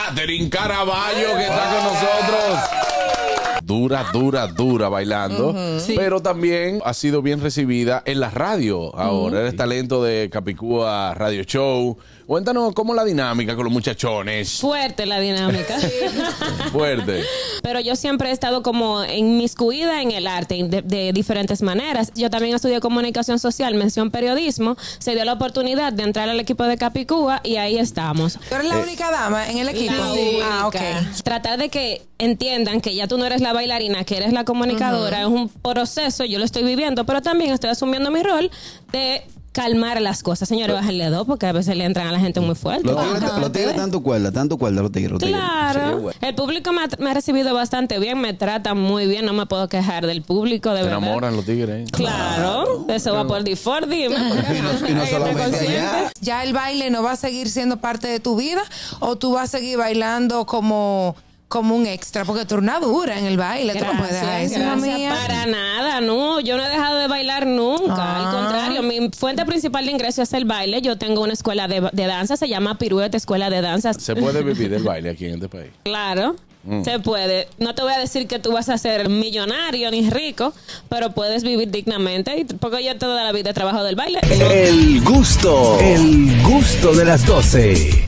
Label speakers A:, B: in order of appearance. A: Katherine Caraballo que está con nosotros. Dura, dura, dura bailando,
B: Sí.
A: pero también ha sido bien recibida en la radio ahora. Eres talento de Capicúa Radio Show. Cuéntanos cómo la dinámica con los muchachones.
C: Fuerte la dinámica.
A: Fuerte.
C: Pero yo siempre he estado como inmiscuida en el arte de, de diferentes maneras. Yo también estudié comunicación social, mención periodismo. Se dio la oportunidad de entrar al equipo de Capicúa y ahí estamos.
B: ¿Tú eres la única dama en el equipo?
C: La única.
B: Ah, ok.
C: Tratar de que entiendan que ya tú no eres la bailarina, que eres la comunicadora, es un proceso, yo lo estoy viviendo, pero también estoy asumiendo mi rol de calmar las cosas. Señores, bájenle dos porque a veces le entran a la gente muy fuerte.
D: Los tigres, los tigres tanto cuerda, tanto cuerda, los tigres. Los tigres.
C: Claro.
D: Sí, güey.
C: El público me ha, me ha recibido bastante bien, me tratan muy bien, no me puedo quejar del público, de
A: Se
C: verdad.
A: enamoran los tigres. ¿eh?
C: Claro, eso va por default, dime.
D: Y no- y no
C: Hay que
D: solamente
C: estar consciente.
D: allá.
B: ¿Ya el baile no va a seguir siendo parte de tu vida o tú vas a seguir bailando como, como un extra? Porque tú eres una dura en el baile, tú no puedes dejar eso, hija
C: gracias.
B: mía.
C: Para nada, no. Yo no he dejado de bailar nunca.
B: Ah.
C: Al contrario, mi fuente principal de ingreso es el baile. Yo tengo una escuela de, de danza, se llama Piruete Escuela de Danza.
A: Se puede vivir el baile aquí en este país.
C: Claro, se puede. No te voy a decir que tú vas a ser millonario ni rico, pero puedes vivir dignamente. y- Porque yo toda la vida trabajo del baile.
E: El gusto, el gusto de las 12.